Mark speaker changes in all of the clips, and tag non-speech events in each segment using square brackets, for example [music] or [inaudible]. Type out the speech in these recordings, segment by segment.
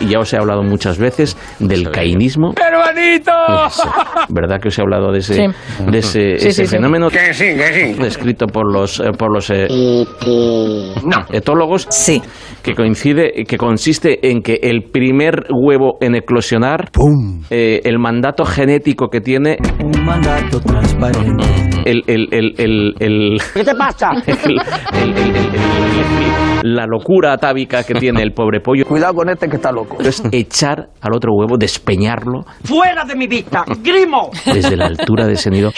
Speaker 1: y ya os he hablado muchas veces del cainismo.
Speaker 2: ¡Peruanito!
Speaker 1: Eso, ¿Verdad que os he hablado de ese,
Speaker 3: Sí.
Speaker 1: de ese,
Speaker 3: Sí,
Speaker 1: ese
Speaker 3: sí, sí.
Speaker 1: fenómeno? Descrito por los, eh, por los eh, etólogos.
Speaker 3: Sí.
Speaker 1: que coincide, que consiste en que el primer huevo en eclosionar, eh, el mandato genético que tiene,
Speaker 4: Un mandato transparente.
Speaker 1: el, el- el- el- el-
Speaker 5: ¿Qué te pasa?
Speaker 1: [laughs] el- el- el- el- la locura atávica que tiene el pobre pollo,
Speaker 4: Cuidado con este que está loco.
Speaker 1: es echar al otro huevo, despeñarlo
Speaker 5: ¡Fuera de mi vista! ¡Grimo!
Speaker 1: desde la altura de ese nido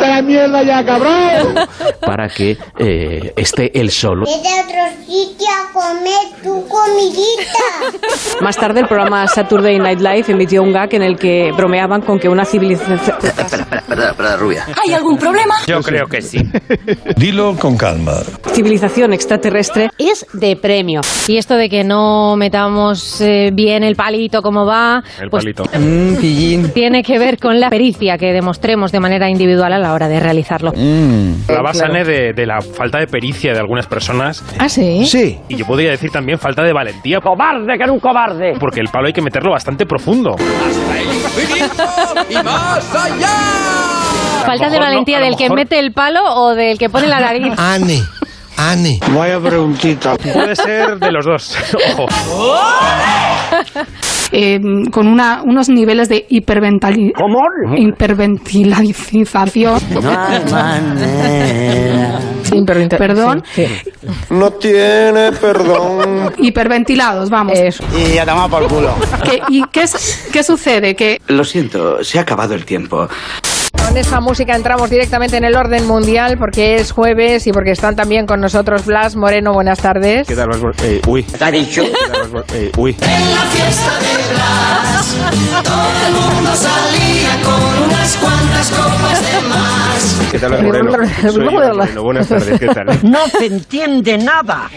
Speaker 6: la mierda ya, cabrón!
Speaker 1: para que eh, esté él solo.
Speaker 7: Vete a otro sitio a comer tu comidita.
Speaker 3: Más tarde, el programa Saturday Night Live emitió un gag en el que bromeaban con que una civilización.
Speaker 8: ¿Hay algún problema?
Speaker 2: Yo creo que sí.
Speaker 9: Dilo con calma.
Speaker 3: civilización extraterrestre
Speaker 10: Es de premio. Y esto de que no metamos eh, bien el palito como va,
Speaker 2: El
Speaker 10: pues
Speaker 2: palito.
Speaker 4: Mmm, pillín.
Speaker 10: tiene que ver con la pericia que demostremos de manera individual a la hora de realizarlo.
Speaker 2: La basane de, de la falta de pericia de algunas personas
Speaker 3: ah sí
Speaker 4: Sí.
Speaker 2: y yo podría decir también falta de valentía
Speaker 5: ¡Cobarde, que era un cobarde!
Speaker 2: porque el palo hay que meterlo bastante profundo. A lo
Speaker 10: Falta de
Speaker 2: mejor no-
Speaker 10: valentía
Speaker 2: a lo
Speaker 10: del que
Speaker 2: mejor-
Speaker 10: mete el palo o del que pone la nariz.
Speaker 3: [laughs] Ah.
Speaker 9: Ane, Ane.
Speaker 6: Vaya preguntita.
Speaker 2: Puede ser de los dos. [laughs] Ojo.
Speaker 8: Eh, con una, unos niveles de hiperventali-
Speaker 5: ¿Cómo?
Speaker 8: hiperventilización, perdón,
Speaker 6: No tiene perdón.
Speaker 8: hiperventilados, vamos.
Speaker 4: Y ya tomado por culo.
Speaker 8: Que- ¿Y qué, es- qué sucede? Que
Speaker 4: Lo siento, se ha acabado el tiempo.
Speaker 3: con esta música entramos directamente en el orden mundial porque es jueves y porque están también con nosotros Blas Moreno buenas tardes
Speaker 2: tal? Eh, uy.
Speaker 5: ¿Te ha dicho?
Speaker 2: Eh, uy. ¿Qué tal,
Speaker 3: Moreno? Soy Iván Moreno.
Speaker 2: [laughs] Buenas tardes, ¿qué tal?
Speaker 5: ¡No se entiende nada!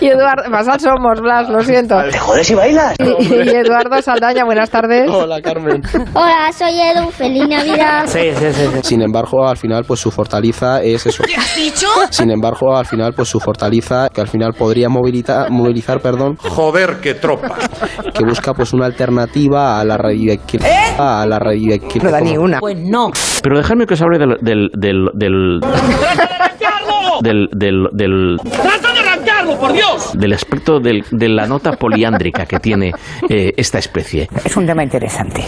Speaker 3: y Eduardo Basal somos Blas lo siento
Speaker 4: ¿Te jodes y bailas?
Speaker 3: y, y Eduardo Saldaña buenas tardes
Speaker 7: Hola, soy Edu. Feliz Navidad.
Speaker 6: Sin embargo, al final, pues su fortaleza es eso. ¿Qué has dicho? Sin embargo, al final, pues su fortaleza, que al final podría movilizar, movilizar, perdón,
Speaker 9: Joder, qué tropa.
Speaker 6: que busca pues una alternativa a la realidad que... A la realidad que... No da ni una.
Speaker 5: Pues no.
Speaker 1: Pero dejadme que os hable del... del, del, del del, del, del,
Speaker 5: ¡Trata de arrancarlo, por Dios!
Speaker 1: del aspecto del- de la nota poliándrica que tiene eh, esta especie.
Speaker 5: Es un tema interesante.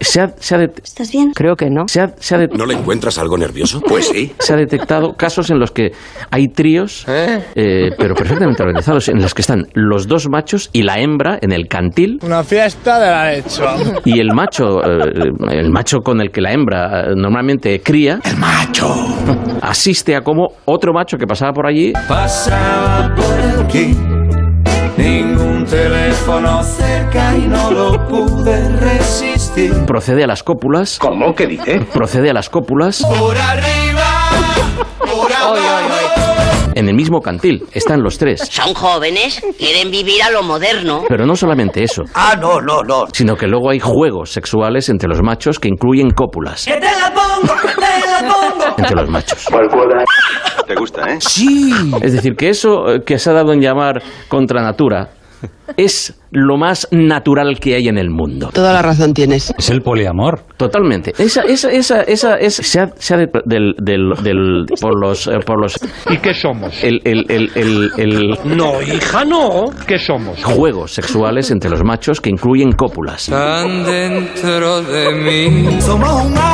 Speaker 1: Se ha, se ha det-
Speaker 7: ¿Estás bien?
Speaker 5: Creo que no.
Speaker 1: se ha- se ha det-
Speaker 9: ¿No le encuentras algo nervioso? Pues sí.
Speaker 1: se ha detectado casos en los que hay tríos, eh, pero perfectamente organizados, en los que están los dos machos y la hembra en el cantil. Una fiesta de la leche. Y el macho, eh, el macho con el que la hembra eh, normalmente cría. ¡El macho! Asiste a como otro macho que pasaba por allí
Speaker 4: Pasaba por aquí. Ningún teléfono cerca y no lo pude resistir.
Speaker 1: procede a las cópulas. ¿Cómo? ¿Qué dice? Procede a las cópulas
Speaker 4: Por arriba. Por abajo.
Speaker 1: en el mismo cantil. Están los tres.
Speaker 5: Son jóvenes, quieren vivir a lo moderno.
Speaker 1: Pero no solamente eso,
Speaker 4: Ah, no, no, no.
Speaker 1: sino que luego hay juegos sexuales entre los machos que incluyen cópulas
Speaker 4: Que te la pongo, que te la pongo.
Speaker 1: entre los machos.
Speaker 9: ¿Te gusta, eh?
Speaker 1: Es decir, que eso eh, que se ha dado en llamar contra natura es lo más natural que hay en el mundo.
Speaker 5: Toda la razón tienes.
Speaker 9: Es el poliamor.
Speaker 1: Totalmente. Esa, esa, esa, esa, es- se ha, se ha de- del, del, del- por los, eh, por los,
Speaker 2: ¿Y qué somos?
Speaker 1: el, el, el, el, el
Speaker 2: No, hija, no. ¿Qué somos?
Speaker 1: juegos sexuales entre los machos que incluyen cópulas.
Speaker 4: Tan dentro de mí. Somos un